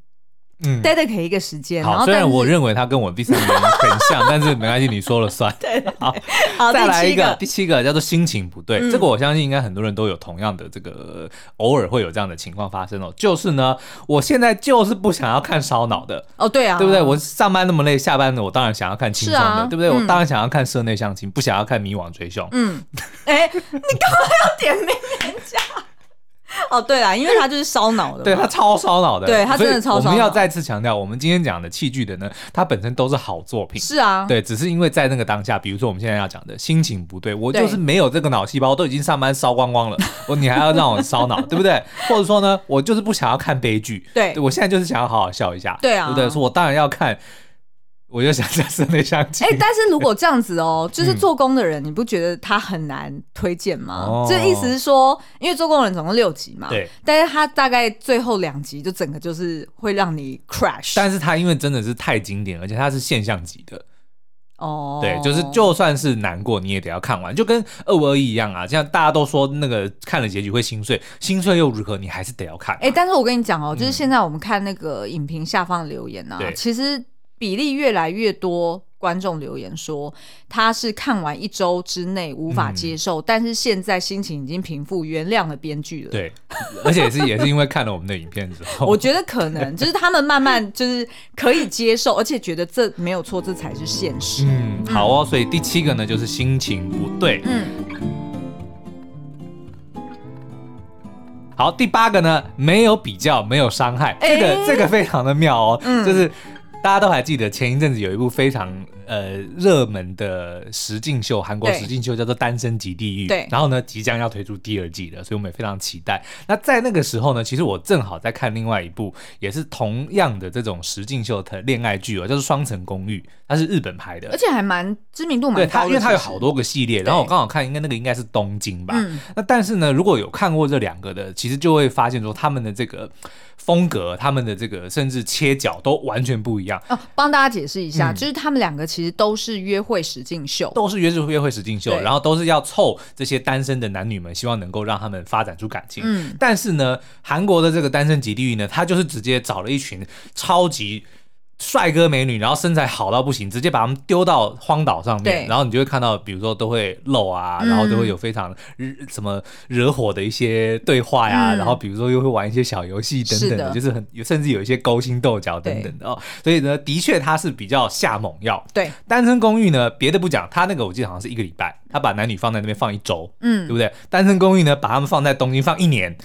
A: 嗯。
B: dedicate 一个时间，然
A: 好，
B: 后
A: 虽
B: 但
A: 然
B: 是
A: 我认为它跟我第三名很像，但是没关系，你说了算。
B: 对
A: 好，
B: 好，
A: 再
B: 第
A: 来一
B: 七嗯
A: 个，第七个叫做心情不对，这个我相信应该很多人都有同样的这个，偶尔会有这样的情况发生哦。就是呢，我现在就是不想要看烧脑的，
B: 哦，对啊，
A: 对不对？我上班那么累，下班了我当然想要看轻松
B: 是啊
A: 的，对不对？
B: 嗯
A: 我当然想要看社内相亲，不想要看迷惘追凶。
B: 嗯，哎、你干嘛要点名人家？ 哦，对啦，因为他就是烧脑的嘛，
A: 对它超烧脑的，
B: 对它真的超烧脑
A: 所以我们要再次强调，我们今天讲的器具的呢，它本身都是好作品，
B: 是啊，
A: 对，只是因为在那个当下，比如说我们现在要讲的心情不对，我
B: 对
A: 就是没有这个脑细胞，我都已经上班烧光光了，我你还要让我烧脑，对不 对？或者说呢，我就是不想要看悲剧，
B: 对
A: 我现在就是想要好好笑一下，
B: 对啊
A: 对不对？说我当然要看，我就想在室内相亲
B: 哎、，但是如果这样子
A: 嗯
B: 哦，就是做工的人，你不觉得他很难推荐吗
A: 哦？
B: 这、意思是说，因为做工的人总共六集嘛，
A: 对，
B: 但是他大概最后两集就整个就是会让你 crash，
A: 但是它因为真的是太经典，而且它是现象级的，
B: 哦，
A: 对，就是就算是难过，你也得要看完，就跟二五二一一样啊。像大家都说那个看了结局会心碎，心碎又如何？你还是得要看。
B: 哎、但是我跟你讲哦，就是现在我们看那个影评下方留言啊，
A: 嗯对
B: 其实比例越来越多。观众留言说他是看完一周之内无法
A: 嗯
B: 接受，但是现在心情已经平复，原谅了编剧了。，
A: 对，而且是也是因为看了我们的影片之后，
B: 我觉得可能就是他们慢慢就是可以接受，而且觉得这没有错，这才是现实。
A: 嗯，好哦，所以第七个呢就是心情不对。
B: 嗯，
A: 好，第八个呢没有比较，没有伤害，这个、
B: 哎
A: 这个非常的妙哦，
B: 嗯
A: 就是大家都还记得前一阵子有一部非常呃热门的实境秀，韩国
B: 对
A: 实境秀叫做《单身即地狱》，
B: 对
A: 然后呢即将要推出第二季了，所以我们也非常期待。那在那个时候呢，其实我正好在看另外一部也是同样的这种实境秀的恋爱剧哦，叫做《双层公寓》，它是日本拍的
B: 而，且还蛮知名度蛮
A: 对
B: 高
A: 它，
B: 的，
A: 因为它有
B: 其实
A: 好，多个系列，然后我刚好看，应该那个应该是东京吧。
B: 嗯
A: 那但是呢，如果有看过这两个的，其实就会发现说他们的这个风格，他们的这个甚至切角都完全不一样，
B: 哦，帮大家解释一下，
A: 嗯
B: 就是他们两个其实都是约会实境秀，
A: 都是约制约会实境秀，
B: 对
A: 然后都是要凑这些单身的男女们，希望能够让他们发展出感情。
B: 嗯
A: 但是呢，韩国的这个单身极地狱呢，他就是直接找了一群超级。帅哥美女，然后身材好到不行，直接把他们丢到荒岛上
B: 对
A: 面，然后你就会看到，比如说都会漏啊，
B: 嗯
A: 然后就会有非常惹什么惹火的一些对话呀、
B: 嗯
A: 然后比如说又会玩一些小游戏等等
B: 是的
A: 就是很甚至有一些勾心斗角等等的哦。所以呢，的确他是比较下猛药，
B: 对，
A: 单身公寓呢，别的不讲，他那个我记得好像是一个礼拜，他把男女放在那边放一周，
B: 嗯
A: 对。不对？单身公寓呢，把他们放在东京 放一年，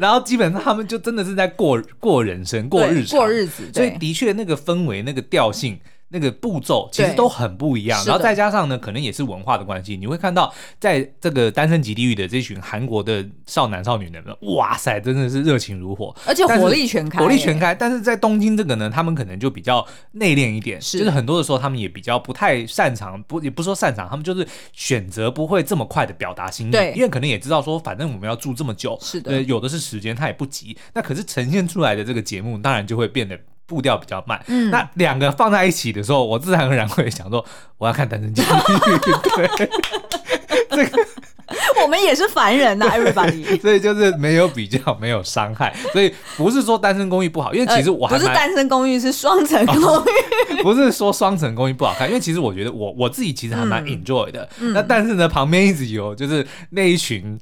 A: 然后基本上他们就真的是在过过人生、过
B: 对
A: 日常、
B: 过日子，
A: 所以
B: 对
A: 的确那个氛围、那个调性那个步骤其实
B: 对
A: 都很不一样，
B: 是的
A: 然后再加上呢，可能也是文化的关系，你会看到在这个单身级地狱的这群韩国的少男少女们，哇塞，真的是热情如火，
B: 而且
A: 但是
B: 火力全开，
A: 火力全开。但是在东京这个呢，他们可能就比较内敛一点，
B: 是
A: 就是很多的时候他们也比较不太擅长，不也不是说擅长，他们就是选择不会这么快的表达心意
B: 对，
A: 因为可能也知道说，反正我们要住这么久，
B: 是的
A: 呃，有的是时间，他也不急。那可是呈现出来的这个节目，当然就会变得。步调比较慢，
B: 嗯
A: 那两个放在一起的时候，我自然而然会想说，我要看《单身级地狱》对，
B: 我们也是凡人呐、e v e r y b o d y
A: 所以就是没有比较，没有伤害，所以不是说《单身公寓》不好，因为其实我还
B: 呃不是
A: 蛮
B: 单身公寓，是双层公寓。
A: 不是说双层公寓不好看，因为其实我觉得我我自己其实还
B: 嗯
A: 蛮 enjoy 的。那但是呢，旁边一直有就是那一群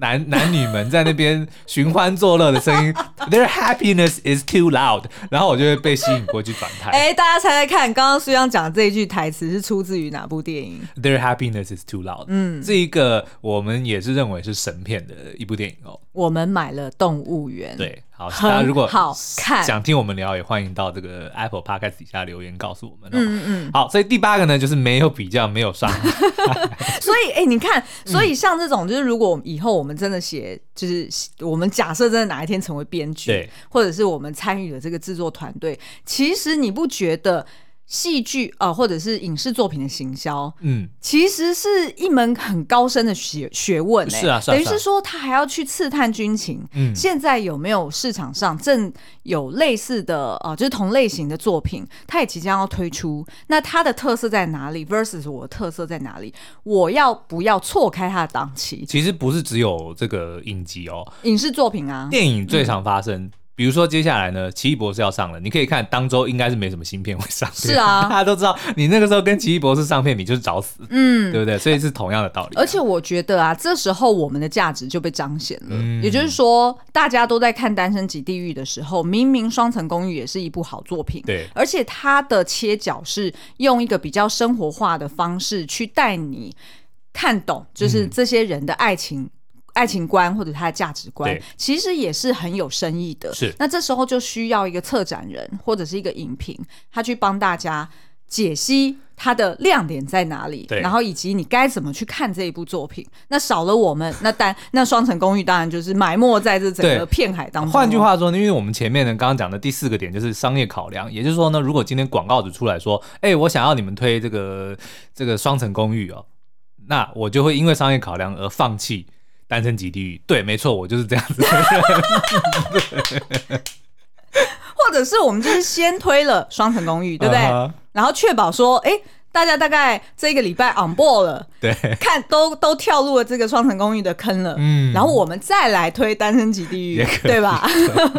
A: 男 男女们在那边寻欢作乐的声音，their happiness is too loud，然后我就会被吸引过去转台。
B: 哎、 大家猜猜看，刚刚苏央讲这一句台词是出自于哪部电影？
A: Their happiness is too loud。
B: 嗯
A: 这一个我们也是认为是神片的一部电影哦。
B: 我们买了动物园。，
A: 对，好，
B: 嗯很
A: 大家如果
B: 好看
A: 想听我们聊，也欢迎到这个 Apple Podcast 底下留言告诉我们哦。
B: 嗯嗯。
A: 好，所以第八个呢，就是没有比较，没有伤害。
B: 所以，哎、你看，所以像这种，就是如果我们以后我们真的写，就是我们假设真的哪一天成为编剧
A: 对，
B: 或者是我们参与了这个制作团队，其实你不觉得戏剧啊、呃或者是影视作品的行销，
A: 嗯，
B: 其实是一门很高深的学学问、欸，
A: 是啊是啊
B: 等于
A: 是啊
B: 是说他还要去刺探军情。
A: 嗯
B: 现在有没有市场上正有类似的呃，就是同类型的作品，它也即将要推出，那它的特色在哪里？versus 我的特色在哪里？我要不要错开它的档期？
A: 其实不是只有这个影集哦，
B: 影视作品啊，
A: 电影最常发生。比如说接下来呢，《奇异博士》要上了，你可以看当周应该是没什么新片会上片，
B: 是啊
A: 大家都知道，你那个时候跟《奇异博士》上片，你就是找死，
B: 嗯，
A: 对不对？所以是同样的道理啊、
B: 而且我觉得啊，这时候我们的价值就被彰显了。
A: 嗯
B: 也就是说，大家都在看《单身即地狱》的时候，明明《双层公寓》也是一部好作品，
A: 对
B: 而且它的切角是用一个比较生活化的方式去带你看懂，就是
A: 嗯
B: 这些人的爱情。爱情观或者他的价值观
A: 对，
B: 其实也是很有深意的。
A: 是
B: 那这时候就需要一个策展人或者是一个影评，他去帮大家解析它的亮点在哪里，
A: 对
B: 然后以及你该怎么去看这一部作品。那少了我们，那单 那双层公寓当然就是埋没在这整个
A: 对
B: 片海当中。
A: 换句，话说，因为我们前面呢刚刚讲的第四个点就是商业考量，也就是说呢，如果今天广告主出来说，哎、我想要你们推这个这个双层公寓哦，那我就会因为商业考量而放弃《单身级地狱》。对，没错，我就是这样子。
B: 或者是我们就是先推了双层公寓， 对不对？
A: 啊哈
B: 然后确保说，哎、大家大概这个礼拜 on board 了，
A: 对，
B: 看都都跳入了这个双层公寓的坑了，
A: 嗯
B: 然后我们再来推单身级地狱
A: 也，可以
B: 对吧？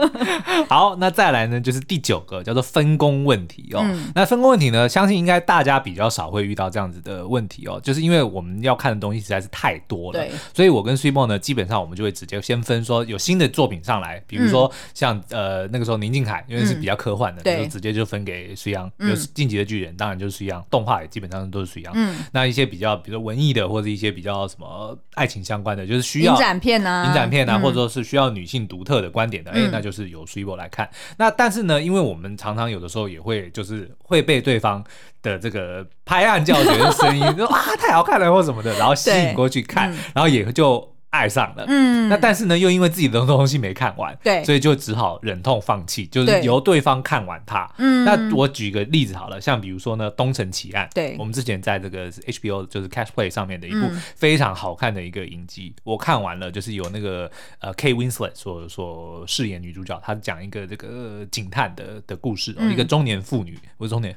A: 好，那再来呢，就是第九个叫做分工问题哦。
B: 嗯
A: 那分工问题呢，相信应该大家比较少会遇到这样子的问题哦，就是因为我们要看的东西实在是太多了
B: 对，
A: 所以我跟 s u p o 呢，基本上我们就会直接先分说有新的作品上来，比如说像、呃那个时候宁静海，因为是比较科幻的，
B: 嗯对
A: 就直接就分给隋阳，
B: 嗯
A: 就是《进击的巨人》，当然就是隋阳，动画也基本上都是隋阳。
B: 嗯，
A: 那一些比较，比如说文艺的，或者一些比较什么爱情相关的，就是需
B: 影
A: 要
B: 展片啊，
A: 影展片啊，
B: 嗯
A: 或者说是需要女性独特的观点的，哎、
B: 嗯
A: 那就是由 s u i b o 来看。那但是呢，因为我们常常有的时候也会就是会被对方的这个拍案叫绝的声音，就说啊太好看了或什么的，然后吸
B: 对
A: 引过去看，然后也就爱上了。
B: 嗯
A: 那但是呢，又因为自己的东西没看完，
B: 对
A: 所以就只好忍痛放弃，就是
B: 对
A: 由对方看完它。
B: 嗯
A: 那我举个例子好了，像比如说呢，《东城奇案》，
B: 对
A: 我们之前在这个 HBO 就是 Catch Play 上面的一部
B: 嗯
A: 非常好看的一个影集，我看完了，就是有那个呃 Kate Winslet 所所饰演女主角，她讲一个这个呃警探的的故事、哦
B: 嗯
A: 一个中年妇女，不是中年，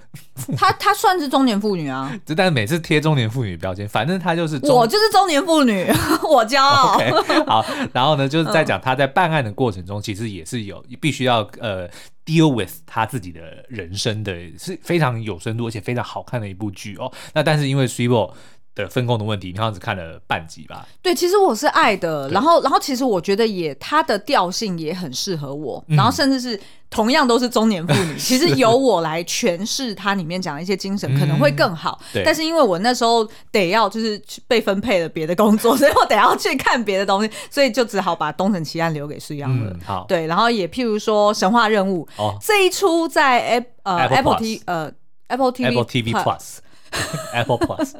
B: 她她算是中年妇女啊，
A: 就但是每次贴中年妇女标签，反正她就是中
B: 我就是中年妇女， 我骄傲。
A: OK，好，然后呢，就是
B: 嗯
A: 在讲他在办案的过程中，其实也是有必须要呃 deal with 他自己的人生的，是非常有深度而且非常好看的一部剧哦。那但是因为 s u i b o 的分工的问题，你好像只看了半集吧？
B: 对，其实我是爱的，然后，然后其实我觉得也它的调性也很适合我，然后
A: 嗯
B: 甚至是同样都是中年妇 女，其实由我来诠释它里面讲的一些精神可能会更好。
A: 嗯对
B: 但是因为我那时候得要就是去被分配了别的工作，所 以我得要去看别的东西，所以就只好把《东城奇案》留给苏央了。
A: 嗯，好，
B: 对，然后也譬如说《神话任务》
A: 哦，
B: 这一出在 App 呃
A: Apple
B: Apple
A: Plus
B: T 呃。 Apple TV
A: Apple TV
B: Plus
A: Plus。Apple Plus，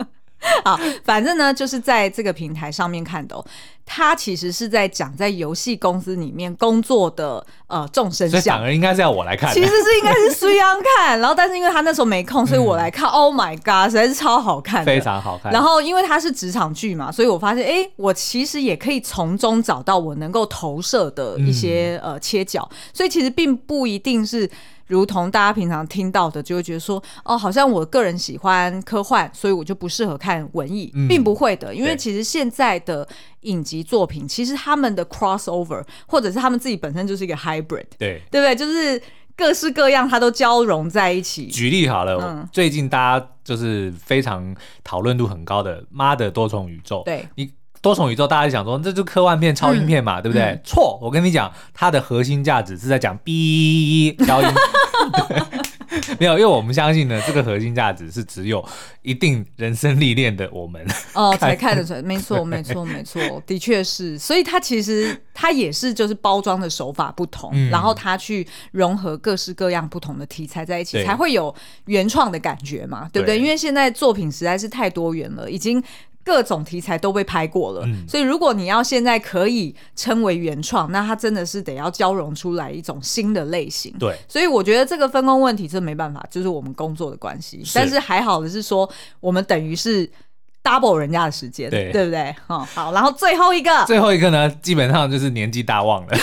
B: 好，反正呢，就是在这个平台上面看的、哦，他其实是在讲在游戏公司里面工作的呃众生
A: 所以反
B: 相。
A: 而应该是要我来看。
B: 其实是应该是苏央看，然后但是因为他那时候没空，所以我来看。oh my god，实在是超好看
A: 嗯
B: 的，
A: 非常好看。
B: 然后因为它是职场剧嘛，所以我发现，哎，我其实也可以从中找到我能够投射的一些、
A: 嗯
B: 呃切角，所以其实并不一定是。如同大家平常听到的，就会觉得说，哦，好像我个人喜欢科幻，所以我就不适合看文艺，
A: 嗯
B: 并不会的，因为
A: 对
B: 其实现在的影集作品，其实他们的 crossover，或者是他们自己本身就是一个 hybrid，
A: 对，
B: 对不对？就是各式各样，它都交融在一起。
A: 举例好了，
B: 嗯
A: 最近大家就是非常讨论度很高的《妈的多重宇宙》。
B: 对，
A: 你多重宇宙，大家就想说这就科幻片、超英片嘛，对不对？错，我跟你讲，它的核心价值是在讲 B 超音。对没有，因为我们相信呢，这个核心价值是只有一定人生历练的我们，
B: 哦，才看得出来，没错，没错，没错，的确是。所以它其实它也是就是包装的手法不同，
A: 嗯
B: 然后它去融合各式各样不同的题材在一起，
A: 对
B: 才会有原创的感觉嘛，对不对？
A: 对
B: 因为现在作品实在是太多元了，已经。各种题材都被拍过了，
A: 嗯
B: 所以如果你要现在可以称为原创，那它真的是得要交融出来一种新的类型。
A: 对，
B: 所以我觉得这个分工问题这没办法，就是我们工作的关系。
A: 是
B: 但是还好的是说，我们等于是 double 人家的时间，
A: 对
B: 不对？哦，好，然后最后一个，
A: 最后一个呢，基本上就是年纪大 忘了。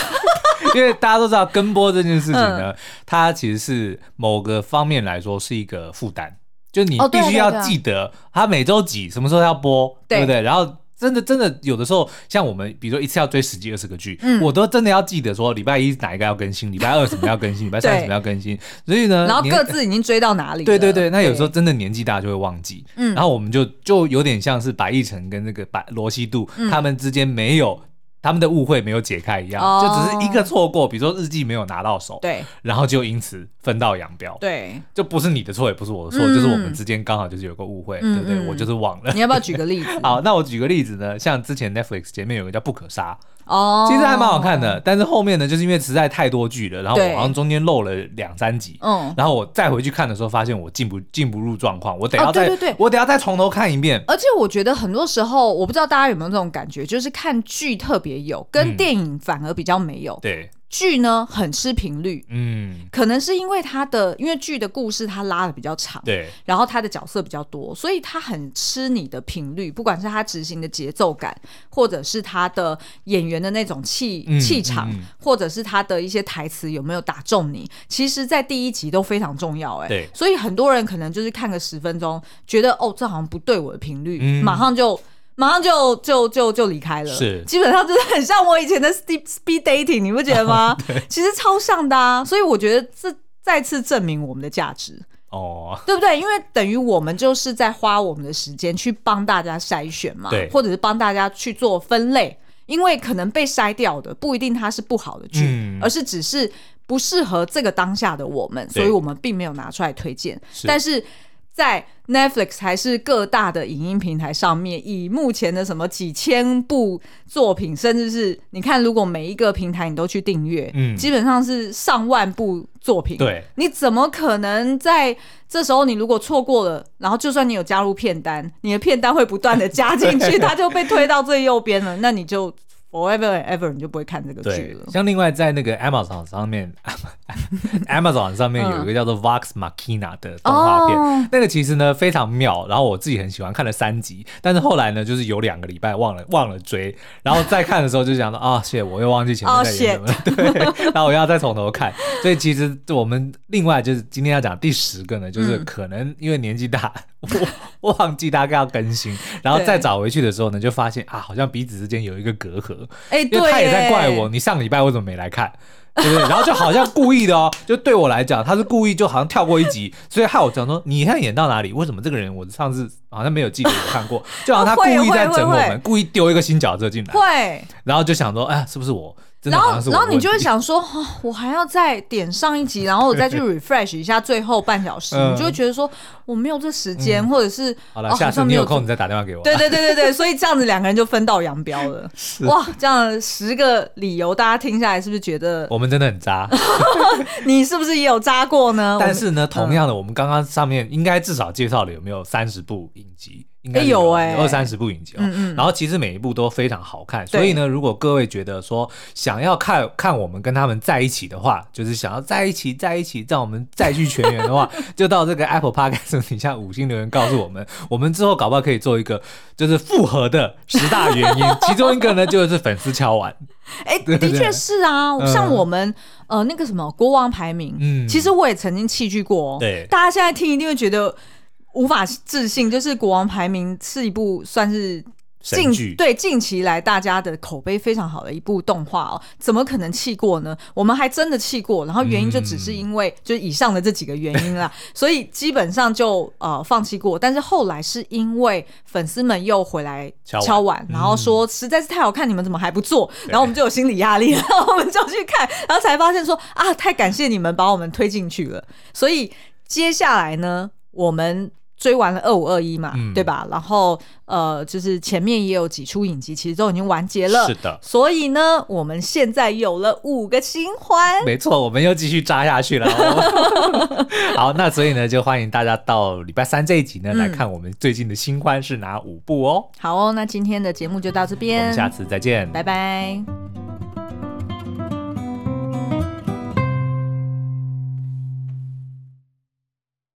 A: 因为大家都知道跟播这件事情
B: 嗯
A: 呢，它其实是某个方面来说是一个负担，就你
B: 哦对
A: 必
B: 啊
A: 须
B: 对啊
A: 要
B: 对啊
A: 记得它每周几、什么时候要播，
B: 对
A: 对不对？然后真的真的有的时候，像我们比如说一次要追十几二十个剧，
B: 嗯
A: 我都真的要记得说礼拜一哪一个要更新，礼拜二什么要更新，礼拜三
B: 对
A: 什么要更新，所以呢，
B: 然后
A: 你
B: 各自已经追到哪里了？
A: 对对对，那有时候真的年纪大就会忘记，
B: 嗯
A: 然后我们就就有点像是白亦辰跟那个白罗西度、
B: 嗯
A: 他们之间没有他们的误会没有解开一样，
B: 哦
A: 就只是一个错过，比如说日记没有拿到手，，
B: 对
A: 然后就因此分道扬镳，，
B: 对，
A: 就不是你的错，也不是我的错，
B: 嗯
A: 就是我们之间刚好就是有个误会，
B: 嗯
A: 对不对？
B: 嗯
A: 我就是忘了
B: 你。要不要举个例子？
A: 好，那我举个例子呢，像之前 Netflix 前面有个叫《不可杀》，
B: 哦，
A: 其实还蛮好看的，但是后面呢，就是因为实在太多剧了，然后
B: 对
A: 我好像中间漏了两三集，
B: 嗯，
A: 然后我再回去看的时候，发现我进不进不入状况，我得
B: 哦
A: 要再、
B: 对对对
A: 我得要再从头看一遍。
B: 而且我觉得很多时候，我不知道大家有没有这种感觉，就是看剧特别有，跟
A: 嗯
B: 电影反而比较没有。
A: 对，
B: 剧呢很吃频率，
A: 嗯，
B: 可能是因为它的因为剧的故事它拉的比较长，
A: 对，
B: 然后他的角色比较多，所以他很吃你的频率，不管是他执行的节奏感，或者是他的演员的那种气、
A: 嗯
B: 气场，
A: 嗯嗯
B: 或者是他的一些台词有没有打中你，其实，在第一集都非常重要、哎，
A: 对
B: 所以很多人可能就是看个十分钟，觉得哦，这好像不对我的频率，
A: 嗯
B: 马上就。马上就就就就离开了，
A: 是
B: 基本上就是很像我以前的 speed speed dating，你不觉 得吗？其实超像的啊，所以我觉得这再次证明我们的价值。
A: 哦，
B: 对不对？因为等于我们就是在花我们的时间去帮大家筛选嘛，
A: 对
B: 或者是帮大家去做分类，因为可能被筛掉的不一定它是不好的剧，
A: 嗯
B: 而是只是不适合这个当下的我们，所
A: 对
B: 以我们并没有拿出来推荐。
A: 是
B: 但是在 Netflix 还是各大的影音平台上面，以目前的什么几千部作品，甚至是你看，如果每一个平台你都去订阅，
A: 嗯
B: 基本上是上万部作品，
A: 对，
B: 你怎么可能在这时候你如果错过了，然后就算你有加入片单，你的片单会不断的加进去，
A: 对
B: 它就被推到最 右边了，那你就 forever and ever 你就不会看这个剧
A: 对
B: 了。。
A: 像另外在那个 Amazon 上面 ，Amazon 上面有一个叫做 Vox Machina 的动画片，
B: 嗯哦
A: 那个其实呢非常妙，然后我自己很喜欢，看了三集，但是后来呢就是有两个礼拜忘了忘了追，然后再看的时候就想到 啊，谢，我又忘记前
B: 哦
A: 面在演什么了， 对，然后我要再从头看，所以其实我们另外就是今天要讲第十个呢，
B: 嗯
A: 就是可能因为年纪大， 我忘记大概要更新，然后
B: 对
A: 再找回去的时候呢，就发现啊，好像彼此之间有一个隔阂，
B: 哎、
A: 因
B: 对，
A: 为他也在怪我，。你上礼拜为什么没来看？ 对不对？然后就好像故意的哦， 就对我来讲，他是故意，就好像跳过一集， 所以害我讲说，你看演到哪里？为什么这个人我上次好像没有记得有看 过？就好像他故意在整我
B: 会会会
A: 们，故意丢一个新角色进来，
B: 会，
A: 然后就想说，哎，是不是我？真的
B: 然
A: 好
B: 后
A: 像是，我
B: 然
A: 的
B: 后你就会
A: 问题，
B: 想说，哦，我还要再点上一集，然后我再 去 refresh 一下最后半小时，
A: 嗯
B: 你就会觉得说我没有这时间，或者是
A: 好
B: 哦
A: 了，
B: 好
A: 下次
B: 像
A: 你
B: 没
A: 有
B: 有
A: 空你再打电话给我。
B: 对对对对对，所以这样子两个人就分道扬镳 了。哇，这样十个理由，大家听下来是不是觉得
A: 我们真的很渣，
B: 你是不是也有扎过呢？
A: 但是呢，
B: 嗯
A: 同样的，我们刚刚上面应该至少介绍了有没有三十部影集，应该
B: 哎
A: 是
B: 有哎
A: 二三十部影集哦。
B: 嗯嗯
A: 然后其实每一部都非常好看，
B: 对
A: 所以呢，如果各位觉得说想要看看我们跟他们在一起的话，就是想要在一起在一起，让我们再去全员的 话，就到这个 Apple Podcast 底下五星留言告诉我们，我们之后搞不好可以做一个就是复合的十大原 因，其中一个呢就是粉丝敲碗，
B: 哎、
A: 对对
B: 的确是啊，
A: 嗯
B: 像我们呃那个什么国王排名，
A: 嗯
B: 其实我也曾经弃剧过、哦。
A: 对
B: 大家现在听一定会觉得无法置信，就是国王排名是一部算是。
A: 神剧
B: 近对近期来大家的口碑非常好的一部动画哦，怎么可能弃过呢？我们还真的弃过，然后原因就只是因为、
A: 嗯
B: 就是以上的这几个原 因啦，所以基本上就呃放弃过。但是后来是因为粉丝们又回来
A: 敲碗嗯
B: 敲碗，然后说实在是太好看，你们怎么还不做？然后我们就有心理压力，然后我们就去看，然后才发现说啊，太感谢你们把我们推进去了。所以接下来呢，我们追完了二五二一嘛，
A: 嗯
B: 对吧？然后呃，就是前面也有几出影集，其实都已经完结了。
A: 是的
B: 所以呢，我们现在有了五个新欢。
A: 没错，我们又继续扎下去了哦。 好，那所以呢，就欢迎大家到礼拜三这一集呢、来
B: 嗯
A: 看我们最近的新欢是哪五部哦。
B: 好哦，那今天的节目就到这
A: 我
B: 边
A: 们，下次再见，
B: 拜拜。